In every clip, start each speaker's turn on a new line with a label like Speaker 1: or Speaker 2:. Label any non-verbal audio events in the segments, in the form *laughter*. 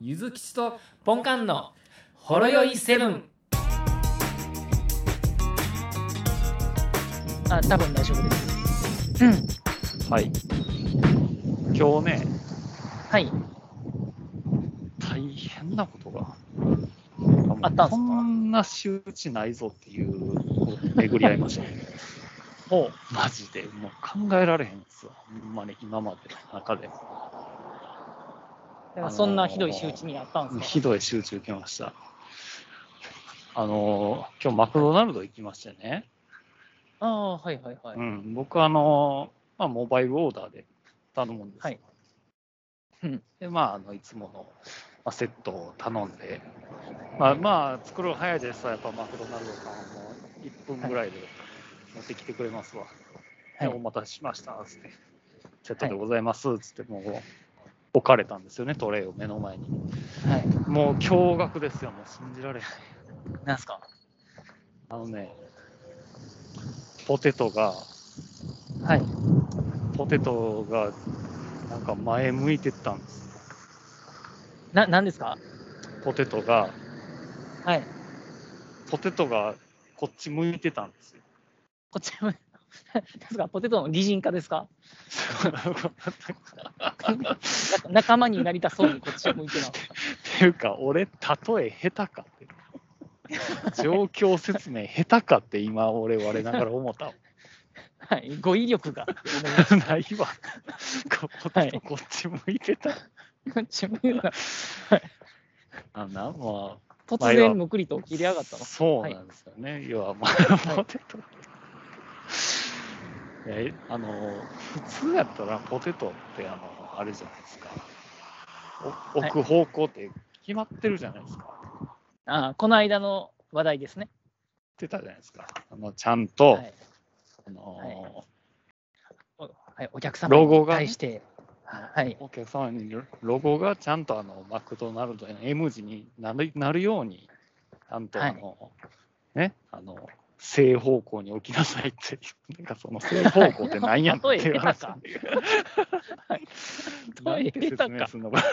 Speaker 1: ゆずきちとポンカンのほろよいセブン。
Speaker 2: あ、多分大丈夫です。うん。
Speaker 3: はい。今日ね、
Speaker 2: はい。
Speaker 3: 大変なことが。
Speaker 2: あったんすか
Speaker 3: こんな仕打ちないぞっていうことに巡り合いました、ね。
Speaker 2: *laughs* ほう。
Speaker 3: マジで、もう考えられへんですよ。ほんまに今までの中で。
Speaker 2: だからそんなひどい仕打ちにあったんです
Speaker 3: ひ
Speaker 2: か、
Speaker 3: どい仕打ち受けました。あのー、今日マクドナルド行きましてね。
Speaker 2: ああ、はいはいはい。
Speaker 3: うん、僕あのー、まあ、モバイルオーダーで頼むんですよ。
Speaker 2: はいうん
Speaker 3: で、まあ、あのいつもの、まあ、セットを頼んで、まあ、まあ、作るの早いですわやっぱマクドナルドさんはもう1分ぐらいで持ってきてくれますわ。
Speaker 2: はい
Speaker 3: でお待たせしました、つって、セットでございます、つって、もう置かれたんですよね、トレイを目の前に。
Speaker 2: はい。
Speaker 3: もう驚愕ですよ、もう信じられない。
Speaker 2: なんすか
Speaker 3: あのね、ポテトが、
Speaker 2: はい。
Speaker 3: ポテトがなんか前向いてったんです。
Speaker 2: な、なんですか
Speaker 3: ポテトが、
Speaker 2: はい。
Speaker 3: ポテトがこっち向いてたんですよ。 *laughs*
Speaker 2: こっちも、 *laughs* なんですかポテトの擬人化ですかな仲間になりたそうにこっちを向いてます。
Speaker 3: っていうか、俺、例え下手かって。状況説明下手かって今、俺、我ながら思ったわ。
Speaker 2: はい。語彙力
Speaker 3: *laughs*
Speaker 2: が。
Speaker 3: ないわ。こポテトこっち向いてた。
Speaker 2: こっち向いてます
Speaker 3: あんな、まあ、
Speaker 2: 突然むくりと起きり上がったの。
Speaker 3: そうなんですよね、要は、まあ、
Speaker 2: い
Speaker 3: ポテト。えあの普通やったらポテトってあのあるじゃないですか
Speaker 2: は
Speaker 3: お
Speaker 2: い
Speaker 3: 置く方向って決まってるじゃないですか、言っ
Speaker 2: ああ、この間の話題ですね。
Speaker 3: てたじゃないですかあのちゃんと、
Speaker 2: はい。
Speaker 3: あの
Speaker 2: はいお,、はい、お客様
Speaker 3: ロゴ
Speaker 2: に
Speaker 3: がね
Speaker 2: 対して、はい、
Speaker 3: お客様にロゴがちゃんとあのマクドナルドの M 字になるなるようにちゃんと
Speaker 2: はい
Speaker 3: あの、ねあの正方向に置きなさいっていうなんかその正方向って何やねん
Speaker 2: *laughs*
Speaker 3: っていう話
Speaker 2: はい
Speaker 3: なんて説明すんのかね。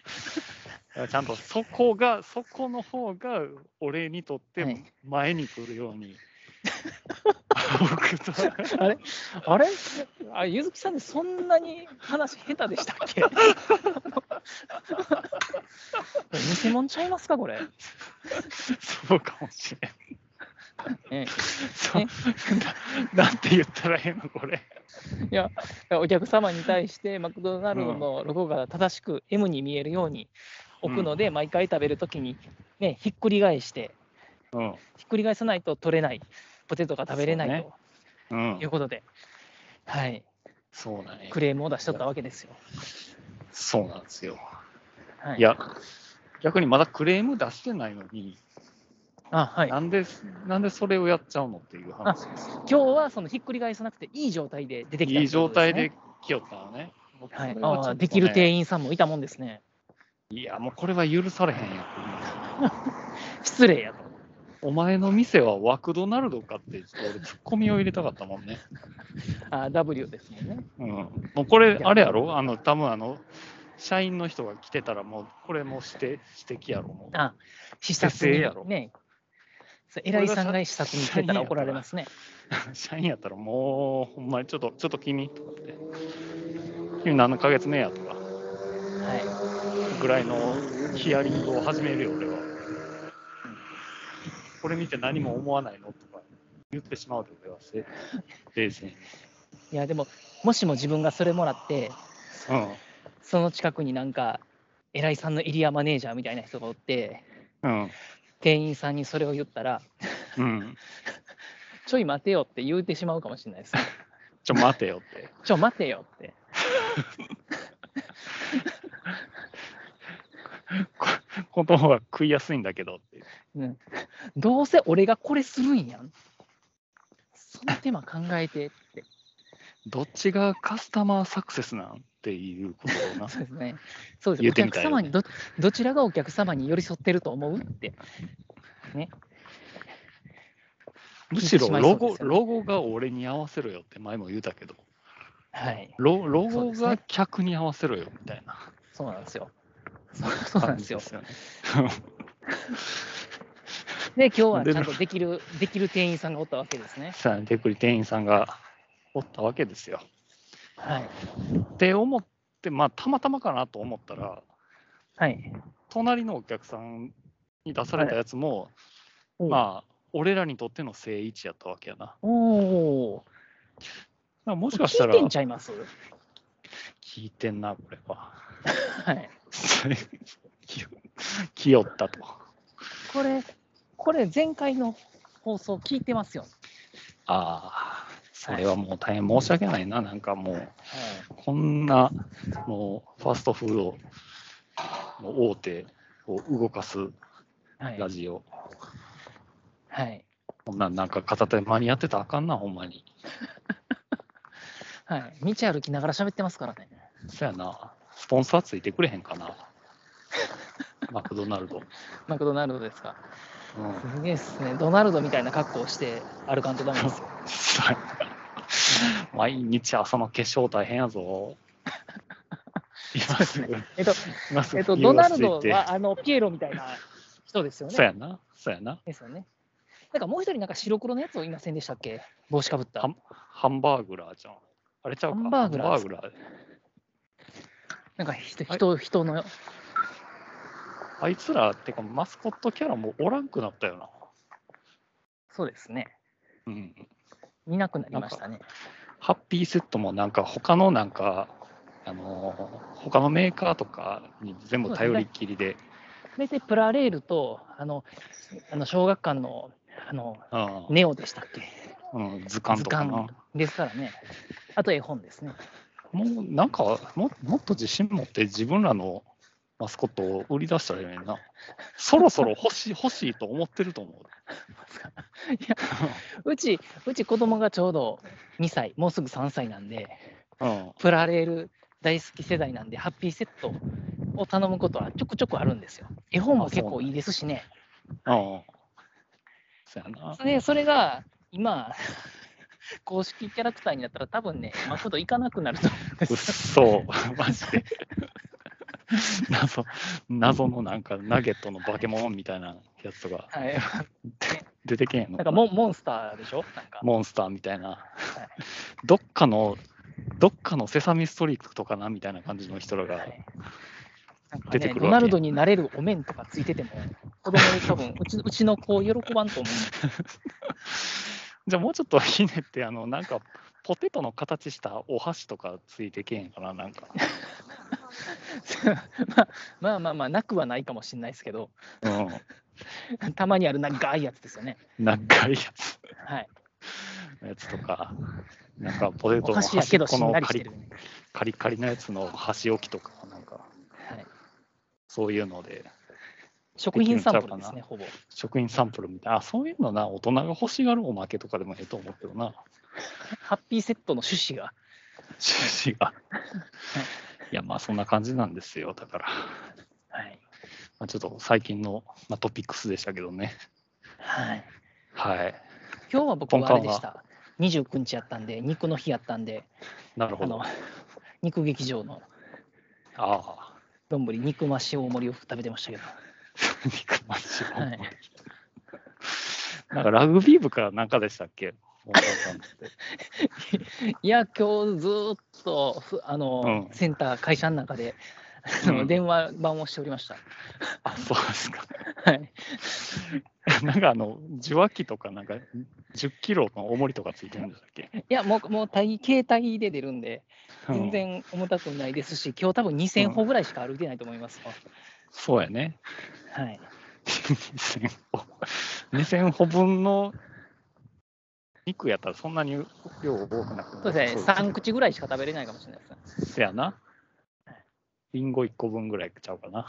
Speaker 3: *laughs* ちゃんとそこが、そこの方が俺にとっ
Speaker 2: は
Speaker 3: て
Speaker 2: い
Speaker 3: 前に来るように。僕と
Speaker 2: あれあれあゆずきさんってそんなに話下手でしたっけ *laughs* 偽物ちゃいますかこれ、
Speaker 3: そうかもしれん。
Speaker 2: え
Speaker 3: そうななんて言ったらええのこれ。
Speaker 2: え、お客様に対してマクドナルドのロゴが正しく M に見えるように置くので、毎回食べるときに、ね、ひっくり返して
Speaker 3: うん。
Speaker 2: ひっくり返さないと取れないポテトが食べれないと、
Speaker 3: そうねう
Speaker 2: とい
Speaker 3: ん
Speaker 2: う。ことで、はい、
Speaker 3: そうなんや
Speaker 2: クレームを出しとったわけですよ。
Speaker 3: そうなんですよ。
Speaker 2: はい
Speaker 3: や、逆にまだクレーム出してないのに、
Speaker 2: あはい、
Speaker 3: なんで、なんでそれをやっちゃうのっていう話です。
Speaker 2: 今日はそのひっくり返さなくていい状態で出てきた
Speaker 3: いい状態で
Speaker 2: というこ
Speaker 3: 来よったのね。僕
Speaker 2: とですね、はい
Speaker 3: それはちょ
Speaker 2: あ
Speaker 3: っと
Speaker 2: あ
Speaker 3: ね
Speaker 2: できる店員さんもいたもんですね。
Speaker 3: いや、もうこれは許されへんよ。
Speaker 2: 失礼やと。
Speaker 3: お前の店はワクドナルドかって、ちょっと俺、ツッコミを入れたかったもんね。
Speaker 2: あ W ですもんね。
Speaker 3: うん。もうこれ、あれやろあの、多分あの、社員の人が来てたら、もう、これも指摘、指摘やろ、もう。
Speaker 2: あ視察
Speaker 3: 手製
Speaker 2: に
Speaker 3: やろ
Speaker 2: ね。そう偉いさんが視察に来てたら怒られますね。
Speaker 3: *laughs* 社員やったら、もう、ほんまに、ちょっと、ちょっと君、とかって。君何ヶ月目やとか、
Speaker 2: は
Speaker 3: ぐらいのヒアリングを始めるよ、俺は。これ見て何も思わないのとか言ってしまうで、俺は。せ冷静に。
Speaker 2: い、いやでも、もしも自分がそれもらって、その近くになんか、偉いさんのエリアマネージャーみたいな人がおって、
Speaker 3: うん。うん。
Speaker 2: 店員さんにそれを言ったら、
Speaker 3: うん。
Speaker 2: ちょい待てよって言うてしまうかもしれないですね。
Speaker 3: ちょ、待てよって。
Speaker 2: ちょ、待てよって。
Speaker 3: ここの方が食いやすいんだけどって。
Speaker 2: うん、 *laughs* どうせ俺がこれするんやん。その手間考えてって。
Speaker 3: どっちがカスタマーサクセスなんっていうこ
Speaker 2: *laughs*
Speaker 3: とをな。
Speaker 2: そうですね。そうですね。
Speaker 3: 言っ
Speaker 2: お
Speaker 3: てみ
Speaker 2: 客
Speaker 3: たいよ
Speaker 2: 様
Speaker 3: ね
Speaker 2: にど、どちらがお客様に寄り添ってると思うって。
Speaker 3: むしろ
Speaker 2: 聞いてし
Speaker 3: ロゴ、
Speaker 2: まいそうですよね
Speaker 3: ロゴが俺に合わせろよって前も言うたけど、
Speaker 2: はい。
Speaker 3: ロロ
Speaker 2: そう
Speaker 3: ゴ
Speaker 2: ですね
Speaker 3: が客に合わせろよみたいな。
Speaker 2: そうなんですよ。そうそうなんですよ。
Speaker 3: 感じ
Speaker 2: で、今日はちゃんとできる、できる店員さんがおったわけですね。
Speaker 3: さあ、でくり店員さんがおったわけですよ。
Speaker 2: はい。
Speaker 3: って思って、まあ、たまたまかなと思ったら、
Speaker 2: はい。
Speaker 3: 隣のお客さんに出されたやつも、
Speaker 2: はい
Speaker 3: まあ、俺らにとっての正位置やったわけやな。だか
Speaker 2: おお。
Speaker 3: らも
Speaker 2: も
Speaker 3: しかしたら、
Speaker 2: 聞いてんちゃいます
Speaker 3: 聞いてんな、これは。
Speaker 2: はい。
Speaker 3: *laughs* きよったと。
Speaker 2: これ、これ前回の放送聞いてますよ。
Speaker 3: ああ、それはもう大変申し訳ないな、なんかもう、
Speaker 2: はい。
Speaker 3: こんな、もう、ファストフードの大手を動かす
Speaker 2: はい。
Speaker 3: ラジオ、
Speaker 2: はい。
Speaker 3: こんなんなんか片手間に合ってたらあかんな、ほんまに。
Speaker 2: はい。道歩きながら喋ってますからね。
Speaker 3: そやな、スポンサーついてくれへんかな、 *laughs* マクドナルド。
Speaker 2: マクドナルドですか。
Speaker 3: うん、
Speaker 2: すげえっすね。ドナルドみたいな格好をして歩かんとダメですよ。
Speaker 3: さ毎日朝の化粧大変やぞ。
Speaker 2: *laughs*
Speaker 3: 今すぐ、
Speaker 2: えっ
Speaker 3: *laughs*
Speaker 2: と、
Speaker 3: 今す
Speaker 2: え
Speaker 3: ぐ
Speaker 2: っと、
Speaker 3: 理
Speaker 2: ド
Speaker 3: 由
Speaker 2: ナ
Speaker 3: が
Speaker 2: ル
Speaker 3: ついて、
Speaker 2: ドはあのピエロみたいな人ですよ
Speaker 3: そう
Speaker 2: ね。
Speaker 3: やな、そうやな。
Speaker 2: ですよね。なんかもう一人、なんか白黒のやつをいませんでしたっけ帽子かぶった。
Speaker 3: ハンハンバーグラーじゃん。あれちゃうか
Speaker 2: ハンバーグラー
Speaker 3: ハンバーグラー
Speaker 2: なんか人、
Speaker 3: はい
Speaker 2: 人、人の、
Speaker 3: あいつら、てかマスコットキャラもおらんくなったよな。
Speaker 2: そうですね。
Speaker 3: うん。
Speaker 2: 見なくなりましたね。
Speaker 3: ハッピーセットもなんか他のなんか、あのー他のメーカーとかに全部頼りっきりで、
Speaker 2: 大体プラレールと、あの、あの小学館の、あの、
Speaker 3: うん
Speaker 2: ネオでしたっけ
Speaker 3: うん、図鑑とかな。
Speaker 2: ですからね。あと絵本ですね。
Speaker 3: もうなんかも、もっと自信持って自分らのマスコットを売り出したらいいのにな。そろそろ欲しい、欲しいと思ってると思う。
Speaker 2: うち、うち子供がちょうど2歳、もうすぐ3歳なんで、
Speaker 3: うん、
Speaker 2: プラレール大好き世代なんで、ハッピーセットを頼むことはちょくちょくあるんですよ。絵本も結構いいですしね。
Speaker 3: うん。そやな。
Speaker 2: で、それが今、 *laughs* 公式キャラクターになったら、多分ね、マクド行かなくなると思うんです
Speaker 3: うっ
Speaker 2: よ
Speaker 3: そ、マジで。謎、謎のなんかナゲットの化け物みたいなやつとか
Speaker 2: はい、
Speaker 3: 出てけん
Speaker 2: なん
Speaker 3: の
Speaker 2: かモンモンスターでしょなんか、
Speaker 3: モンスターみたいな。どっかの、どっかのセサミストリートとかなみたいな感じの人らが
Speaker 2: は。いなんか
Speaker 3: 出て
Speaker 2: ね、
Speaker 3: くる
Speaker 2: ド
Speaker 3: わけ
Speaker 2: ナルドになれるお面とかついてても、子供に多
Speaker 3: *laughs*
Speaker 2: 分うち、うちの子を喜ばんと思
Speaker 3: じゃあもうちょっとひねって、あの、なんか、ポテトの形したお箸とかついてけへんかな、なんか。
Speaker 2: う。 *laughs* まあまあまあまあ、なくはないかもしれないですけど、
Speaker 3: う
Speaker 2: たまにある長いやつですよね。
Speaker 3: ん。長いやつ、
Speaker 2: はい。
Speaker 3: やつとか。なんか、ポテト
Speaker 2: お
Speaker 3: の
Speaker 2: 菓子やけ
Speaker 3: 端っ
Speaker 2: ど
Speaker 3: こ
Speaker 2: しん
Speaker 3: の
Speaker 2: なりし
Speaker 3: カ
Speaker 2: て
Speaker 3: リ
Speaker 2: るよね。
Speaker 3: カリカリのやつの箸置きとか、なんか、
Speaker 2: はい、
Speaker 3: そういうので。
Speaker 2: 食品サンプルです
Speaker 3: で
Speaker 2: ね、ほぼ。
Speaker 3: 食品サンプルみたいな、あそういうのな、大人が欲しがるおまけとかでもええと思うけどな、
Speaker 2: ハッピーセットの趣旨が。
Speaker 3: *laughs* 趣旨が。いや、まあそんな感じなんですよ、だから、
Speaker 2: はい。
Speaker 3: まあ、ちょっと最近の、まあ、トピックスでしたけどね、
Speaker 2: はい、
Speaker 3: はい、
Speaker 2: 今日は僕はあれでした。29日やったんで、肉の日やったんで、
Speaker 3: なる
Speaker 2: あ
Speaker 3: ほど。
Speaker 2: の *laughs*
Speaker 3: あ
Speaker 2: 肉劇場の
Speaker 3: あ
Speaker 2: 丼、肉増し大盛りを食べてましたけど。
Speaker 3: ー、肉まんじゅう
Speaker 2: はい
Speaker 3: なんかラグビー部からなんかでしたっけ、お母さんって
Speaker 2: いや、今日ずーっとふあの、
Speaker 3: うん
Speaker 2: センター、会社の中で、あの
Speaker 3: うん
Speaker 2: 電話番をしておりました。
Speaker 3: *laughs* あそうですか。
Speaker 2: はい、
Speaker 3: *laughs* なんかあの、受話器とか、なんか10キロの重りとかついてるんでしたっけ。
Speaker 2: いや、もう、もう体携帯で出るんで、
Speaker 3: う
Speaker 2: 全
Speaker 3: ん
Speaker 2: 然重たくないですし、今日多分2000歩ぐらいしか歩いてないと思いますよ。
Speaker 3: そうやね。
Speaker 2: はい、
Speaker 3: 2000歩2000歩分の肉やったらそんなに量多くなくなる
Speaker 2: そうですね、
Speaker 3: そう
Speaker 2: 3口ぐらいしか食べれないかもしれないですね。
Speaker 3: せやなリンゴ1個分ぐらいちゃうかな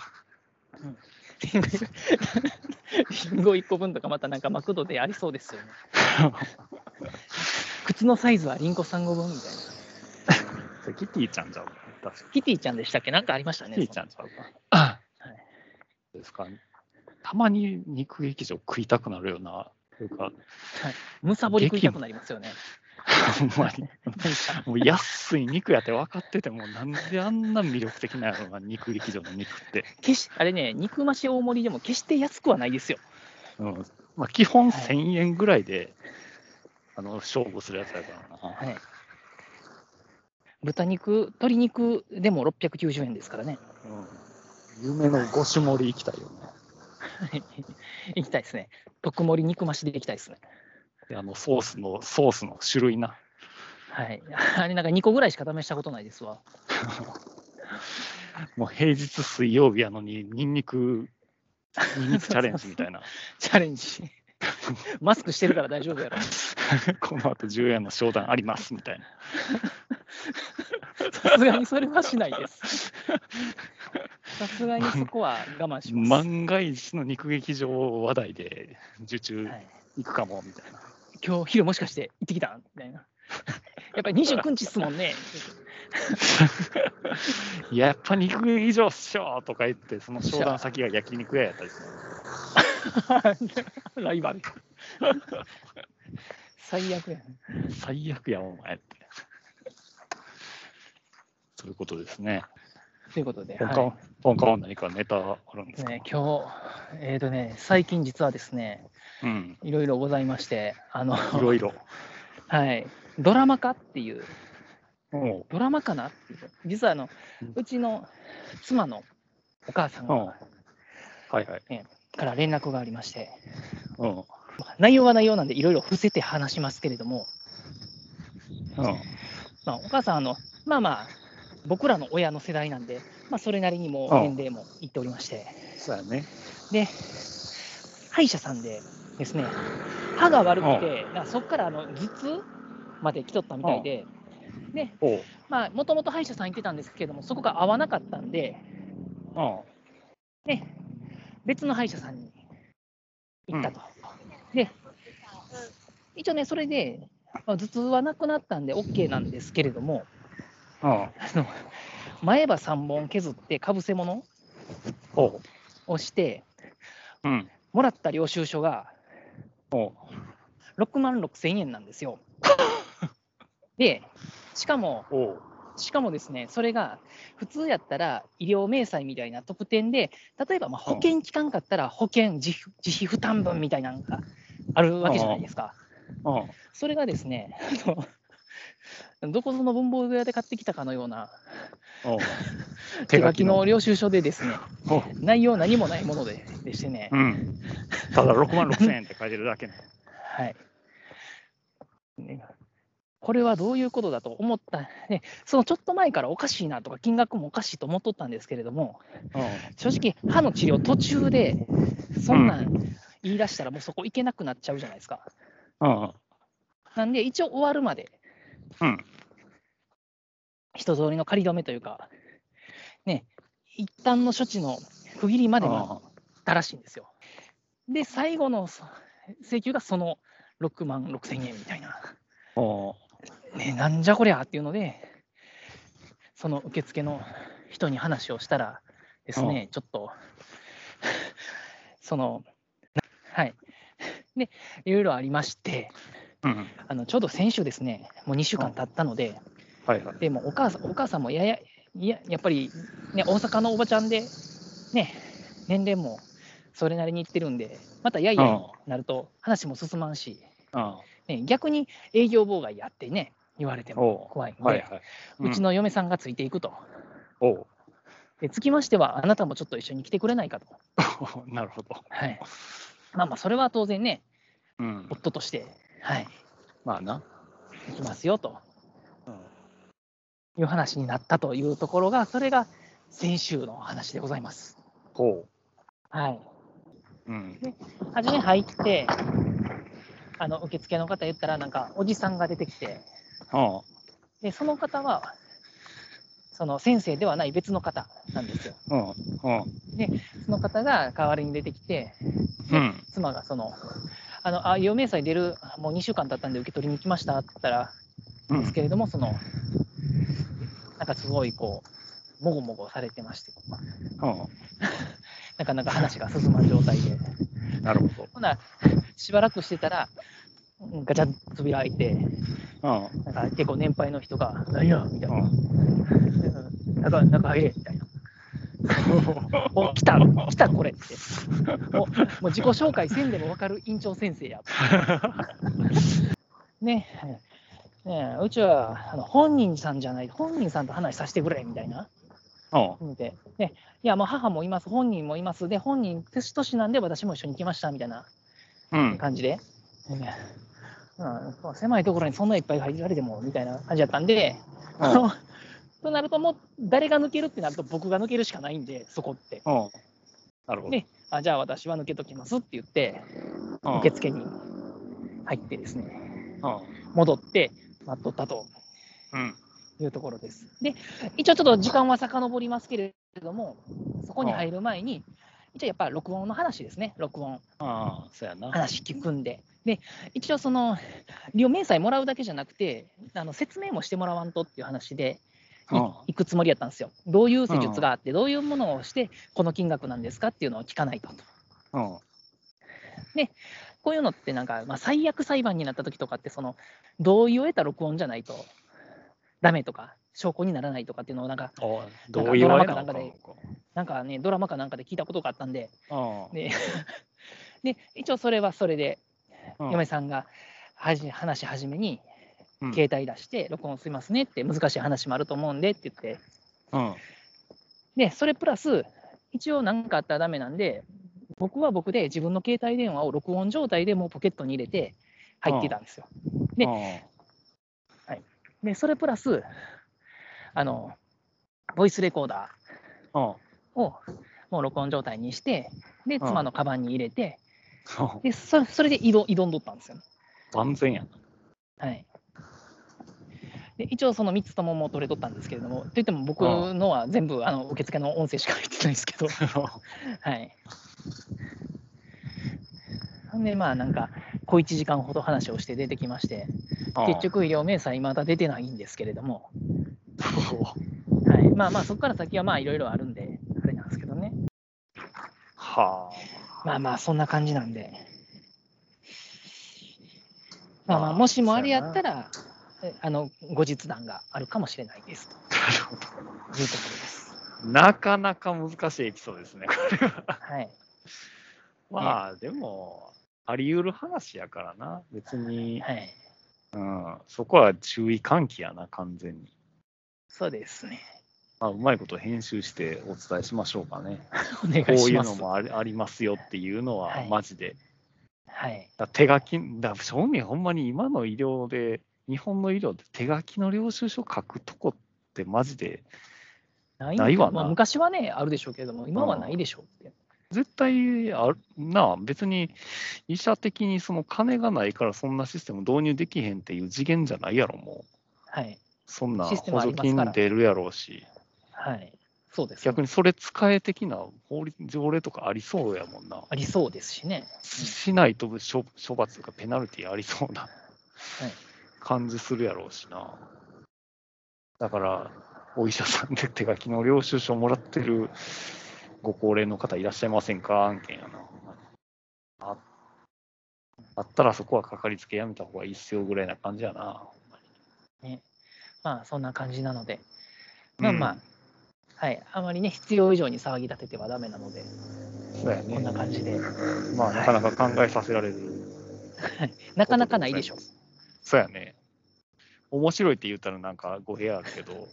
Speaker 2: リンゴ1個分とか、またなんかマクドでありそう *laughs* ですよね。靴のサイズはリンゴ3個分みたいな。
Speaker 3: それキティちゃんじゃうか確か
Speaker 2: キティちゃんでしたっけなんかありましたね。
Speaker 3: キティちゃんちゃうか
Speaker 2: はい
Speaker 3: ですかたまに肉劇場食いたくなるようなというか
Speaker 2: むさぼり食いたくなりますよね。
Speaker 3: ほんまに。 *laughs* もう安い肉やって分かってても、なんであんな魅力的なんやろな、肉劇場の肉って。
Speaker 2: 決しあれね、肉増し大盛りでも決して安くはないですよ。
Speaker 3: うんまあ、基本
Speaker 2: はい
Speaker 3: 1000円ぐらいで、あの勝負するやつやからな。
Speaker 2: はい、豚肉、鶏肉でも690円ですから *laughs* ね。
Speaker 3: うん、夢の5種盛り行きたいよね。
Speaker 2: いきたいですね。特盛り肉増しでいきたいですね。
Speaker 3: であのソースの、ソースの種類な。
Speaker 2: はい。あれ、なんか2個ぐらいしか試したことないですわ。
Speaker 3: もう平日水曜日やのに、ニンニク、 *laughs* ニンニクチャレンジみたいな。 *laughs*
Speaker 2: チャレンジ。マスクしてるから大丈夫やろ。
Speaker 3: この後10円の商談ありますみたいな。
Speaker 2: さすがにそれはしないです。さすがにそこは我慢します。
Speaker 3: 万が一の肉劇場話題で受注
Speaker 2: はい、
Speaker 3: 行くかもみたいな。
Speaker 2: 今日昼もしかして行ってきたみたいな。やっぱり29日っすもんね。 *laughs*
Speaker 3: やっぱ肉劇場っしょとか言って、その商談先が焼肉屋やったりする。
Speaker 2: ライバル。最悪やね。
Speaker 3: 最悪や、お前って。 *laughs* そういうことですね。
Speaker 2: ということで、
Speaker 3: 他
Speaker 2: は
Speaker 3: は、他は何かネタあるんで
Speaker 2: い
Speaker 3: すか、
Speaker 2: ね、今日、えっ、とね、最近実はですね、
Speaker 3: うん。 *laughs*
Speaker 2: いろいろございまして、あの、
Speaker 3: いろいろ。
Speaker 2: はい、ドラマ化っていう、
Speaker 3: うん
Speaker 2: ドラマかなっていう、実はあの
Speaker 3: うん
Speaker 2: うちの妻のお母さん
Speaker 3: うん。
Speaker 2: か
Speaker 3: はいはい。
Speaker 2: ら連絡がありまして、
Speaker 3: うん。うん。
Speaker 2: 内容は内容なんで、いろいろ伏せて話しますけれども、まあ、お母さんあの、まあまあ、僕らの親の世代なんで、まあ、それなりにもう
Speaker 3: うん
Speaker 2: 年齢もいっておりまして、
Speaker 3: そうやね。
Speaker 2: で、歯医者さんでですね、歯が悪くて、なんかそこからあの頭痛まで来とったみたいで、
Speaker 3: おう。
Speaker 2: まあ、もともと歯医者さん行ってたんですけども、そこが合わなかったんで、
Speaker 3: うん。
Speaker 2: 別の歯医者さんに行ったと。で、一応ね、それで、まあ頭痛はなくなったんで OK なんですけれども、
Speaker 3: うん。
Speaker 2: あの前歯3本削ってかぶせ物
Speaker 3: おう。
Speaker 2: をして、
Speaker 3: うん。
Speaker 2: もらった領収書が
Speaker 3: おう。
Speaker 2: 6万6千円なんですよ。で、しかも、
Speaker 3: おう。
Speaker 2: しかもですね、それが普通やったら医療明細みたいな特典で、例えばまあ
Speaker 3: うん
Speaker 2: 保険効かんかったら保険自費自費負担分みたいなのがあるわけじゃないですか。
Speaker 3: *laughs* うん。
Speaker 2: それがですね、あのどこぞの文房具屋で買ってきたかのような
Speaker 3: おう。
Speaker 2: 手書きの領収書でですね、
Speaker 3: おう。
Speaker 2: 内容何もないものででしてね、
Speaker 3: うん。ただ6万6千円って書いてるだけの。
Speaker 2: はい。ねこれはどういうことだと思った、ね、そのちょっと前からおかしいなとか、金額もおかしいと思っとったんですけれども、
Speaker 3: う
Speaker 2: 正直、歯の治療途中で、そんなん言い出したら、もうそこ行けなくなっちゃうじゃないですか。
Speaker 3: ん。うん。
Speaker 2: なんで、一応終わるまで、
Speaker 3: うん。
Speaker 2: 人通りの仮止めというか、ね、一旦の処置の区切りまで待ったらしいんですよ。で、最後のそ請求がその6万6千円みたいな、
Speaker 3: おう。
Speaker 2: ね、なんじゃこりゃっていうので、その受付の人に話をしたらですね、ちょっと、 *laughs* その、はい。で、いろいろありまして、
Speaker 3: うん。
Speaker 2: あのちょうど先週ですね、もう2週間経ったので、
Speaker 3: はいはい。
Speaker 2: でもお母さんお母さんもややいややっぱり、ね、大阪のおばちゃんで、ね、年齢もそれなりにいってるんで、またやいやになると話も進まんし、
Speaker 3: うん。
Speaker 2: ね、逆に営業妨害やってね、言われても
Speaker 3: おう。
Speaker 2: 怖いんで、
Speaker 3: はいはい。
Speaker 2: うちの嫁さんがついていくと。
Speaker 3: うん。おう。
Speaker 2: でつきましては、あなたもちょっと一緒に来てくれないかと。
Speaker 3: なるほど。
Speaker 2: はい、まあまあ、それは当然ね、
Speaker 3: うん。
Speaker 2: 夫として、はい、
Speaker 3: まあな。
Speaker 2: 行きますよという話になったというところが、それが先週の話でございます。
Speaker 3: ほ
Speaker 2: はい、
Speaker 3: う。うん。
Speaker 2: 初め入って、あの受付の方言ったら、なんかおじさんが出てきて、
Speaker 3: あ
Speaker 2: でその方は、その先生ではない別の方なんですよ。
Speaker 3: あ。うん。うん。
Speaker 2: その方が代わりに出てきて、
Speaker 3: うん。
Speaker 2: 妻がその、あの、あ、余命祭出る、もう2週間経ったんで受け取りに来ましたって言ったら、
Speaker 3: う
Speaker 2: です
Speaker 3: ん。
Speaker 2: けれども、その、なんかすごいこう、もごもごされてまして、まあなかなか話が進まん状態で。
Speaker 3: なるほど。
Speaker 2: ほな、しばらくしてたら、ガチャッと扉開いて、
Speaker 3: うん
Speaker 2: なんか結構年配の人が、何やみたいな。
Speaker 3: うん
Speaker 2: 中中入れみたいな。お来た、来たこれって。おもう自己紹介せんでも分かる院長先生 *laughs* や。ねねうちはあの本人さんじゃない、本人さんと話させてくれみたいな。
Speaker 3: うん
Speaker 2: で、ね、いや、もう母もいます、本人もいます、で、本人、年年なんで私も一緒に来ましたみたいな
Speaker 3: うん
Speaker 2: 感じで。ねうん、狭いところにそんないっぱい入られてもみたいな感じだったんで、あ *laughs* のとなると、もう誰が抜けるってなると、僕が抜けるしかないんで、そこって。
Speaker 3: うんなるほど。
Speaker 2: で、あじゃあ私は抜けときますって言って、
Speaker 3: うん
Speaker 2: 受付に入ってですね、
Speaker 3: うん
Speaker 2: 戻って待っとったと
Speaker 3: うん
Speaker 2: いうところです。で、一応ちょっと時間は遡りますけれども、そこに入る前に、一応やっぱ録音の話ですね、録音、
Speaker 3: ああ、そうやな。
Speaker 2: 話聞くんで。で、一応その、利用明細もらうだけじゃなくて、あの説明もしてもらわんとっていう話で、い
Speaker 3: うん
Speaker 2: 行くつもりやったんですよ。どういう施術があって、どういうものをして、この金額なんですかっていうのを聞かないと。
Speaker 3: うん
Speaker 2: こういうのって、なんか、まあ、最悪裁判になった時とかって、その、同意を得た録音じゃないと、ダメとか、証拠にならないとかっていうのを、なんか、
Speaker 3: おい
Speaker 2: なんか
Speaker 3: どう言われ
Speaker 2: ドラ
Speaker 3: た
Speaker 2: マかなん
Speaker 3: の
Speaker 2: か
Speaker 3: か。
Speaker 2: でなんかね、ドラマかなんかで聞いたことがあったんで、
Speaker 3: うん
Speaker 2: で、で一応それはそれで、
Speaker 3: うん
Speaker 2: 嫁さんがはじ話し始めに、
Speaker 3: うん
Speaker 2: 携帯出して、録音しますねって、難しい話もあると思うんでって言って、
Speaker 3: うん
Speaker 2: で、それプラス、一応何かあったらダメなんで、僕は僕で自分の携帯電話を録音状態でもうポケットに入れて入ってたんですよ。で
Speaker 3: う
Speaker 2: で、それプラス、あの、ボイスレコーダ
Speaker 3: んうん
Speaker 2: ーをもう録音状態にして、で、
Speaker 3: うん
Speaker 2: 妻のカバンに入れて、
Speaker 3: そう
Speaker 2: で、そそれで挑挑んどったんですよね。
Speaker 3: 万全やな。
Speaker 2: はい。で一応その3つとももう取れとったんですけれども、といっても僕のは全部あの受付の音声しか入ってないですけど、
Speaker 3: *laughs*
Speaker 2: はい。ほんで、まあ、なんか、小1時間ほど話をして出てきまして、結局、医療明細、まだ出てないんですけれども、
Speaker 3: うん。
Speaker 2: はい、まあまあ、そこから先は、まあ、いろいろあるんで、あれなんですけどね。
Speaker 3: は
Speaker 2: まあまあ、そんな感じなんで。まあまあ、もしもあれやったら、えあの、後日談があるかもしれないです、という
Speaker 3: あ。なるほ
Speaker 2: ところです。
Speaker 3: ど。なかなか難しいエピソードですね。これは
Speaker 2: はい。
Speaker 3: まあ、でも、あり得る話やからな。別に、
Speaker 2: はい。
Speaker 3: うん、そこは注意喚起やな、完全に。
Speaker 2: そうですね。
Speaker 3: まあ、うまいこと編集してお伝えしましょうかね。
Speaker 2: お願
Speaker 3: こう
Speaker 2: いし
Speaker 3: いう
Speaker 2: ます。
Speaker 3: のもありありますよっていうの
Speaker 2: は
Speaker 3: は、
Speaker 2: い
Speaker 3: マジで。
Speaker 2: はい。
Speaker 3: だ手書き、だ正味ほんまに今の医療で、日本の医療って手書きの領収書書くとこってマジで、
Speaker 2: ない
Speaker 3: ないわな
Speaker 2: まあ、昔はね、あるでしょうけれども、今はないでしょうって。
Speaker 3: 絶対あるなあ、別に医者的にその金がないからそんなシステム導入できへんっていう次元じゃないやろ、もう。
Speaker 2: はい。
Speaker 3: そんな
Speaker 2: システ
Speaker 3: 補
Speaker 2: ムあり
Speaker 3: 助
Speaker 2: ますから
Speaker 3: 金出るやろうし、
Speaker 2: はい。そうです、ね。
Speaker 3: 逆にそれ使え的な法律、条例とかありそうやもんな。
Speaker 2: ありそうですしね。
Speaker 3: しないと処処罰とかペナルティありそうな感じするやろうしな。だから、お医者さんで手書きの領収書もらってるご高齢の方いらっしゃいませんか案件やな。ああったらそこはかかりつけやめた方がいいっすよぐらいな感じやな。
Speaker 2: まあ、そんな感じなので、まあまあ、
Speaker 3: うん
Speaker 2: はい。あまりね、必要以上に騒ぎ立ててはダメなので、
Speaker 3: そうや
Speaker 2: こん
Speaker 3: ね。
Speaker 2: な感じで、
Speaker 3: まあ、なかなか考えさせられる。
Speaker 2: なかなかないでしょう。。
Speaker 3: そうやね。面白いって言ったらなんか語弊あるけど、
Speaker 2: *laughs*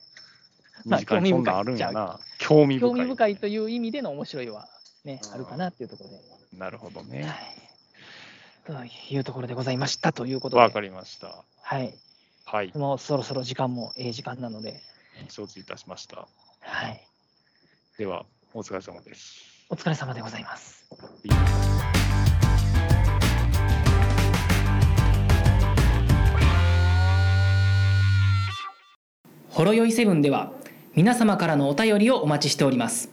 Speaker 2: まあ
Speaker 3: 身近にそんなんあるんやな。興味深い。
Speaker 2: 興味深いという意味での面白いは、ね、あるかなっていうところで。
Speaker 3: なるほど
Speaker 2: は
Speaker 3: ね。
Speaker 2: い。というところでございましたということ
Speaker 3: わか
Speaker 2: で、
Speaker 3: りました。
Speaker 2: はい。
Speaker 3: はい、
Speaker 2: もうそろそろ時間もええ時間なので、
Speaker 3: 承知いたしました。
Speaker 2: はい。
Speaker 3: では、お疲れ様です。
Speaker 2: お疲れ様でございます。
Speaker 1: ほろよいセブンでは皆様からのお便りをお待ちしております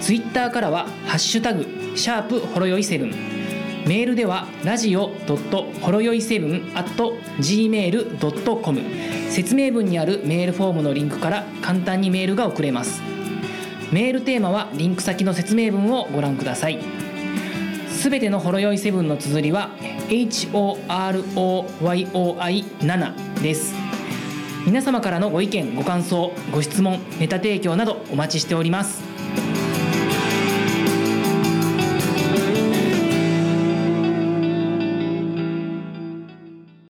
Speaker 1: ツイッターからは「ハッシュタグシャープほろよいセブン」メールではラジオドットほろよいセブン at gmail.com 説明文にあるメールフォームのリンクから簡単にメールが送れますメールテーマはリンク先の説明文をご覧ください。
Speaker 2: すべてのほろ酔いセブンの綴りは HOROYOI7 です皆様からのご意見ご感想ご質問ネタ提供などお待ちしております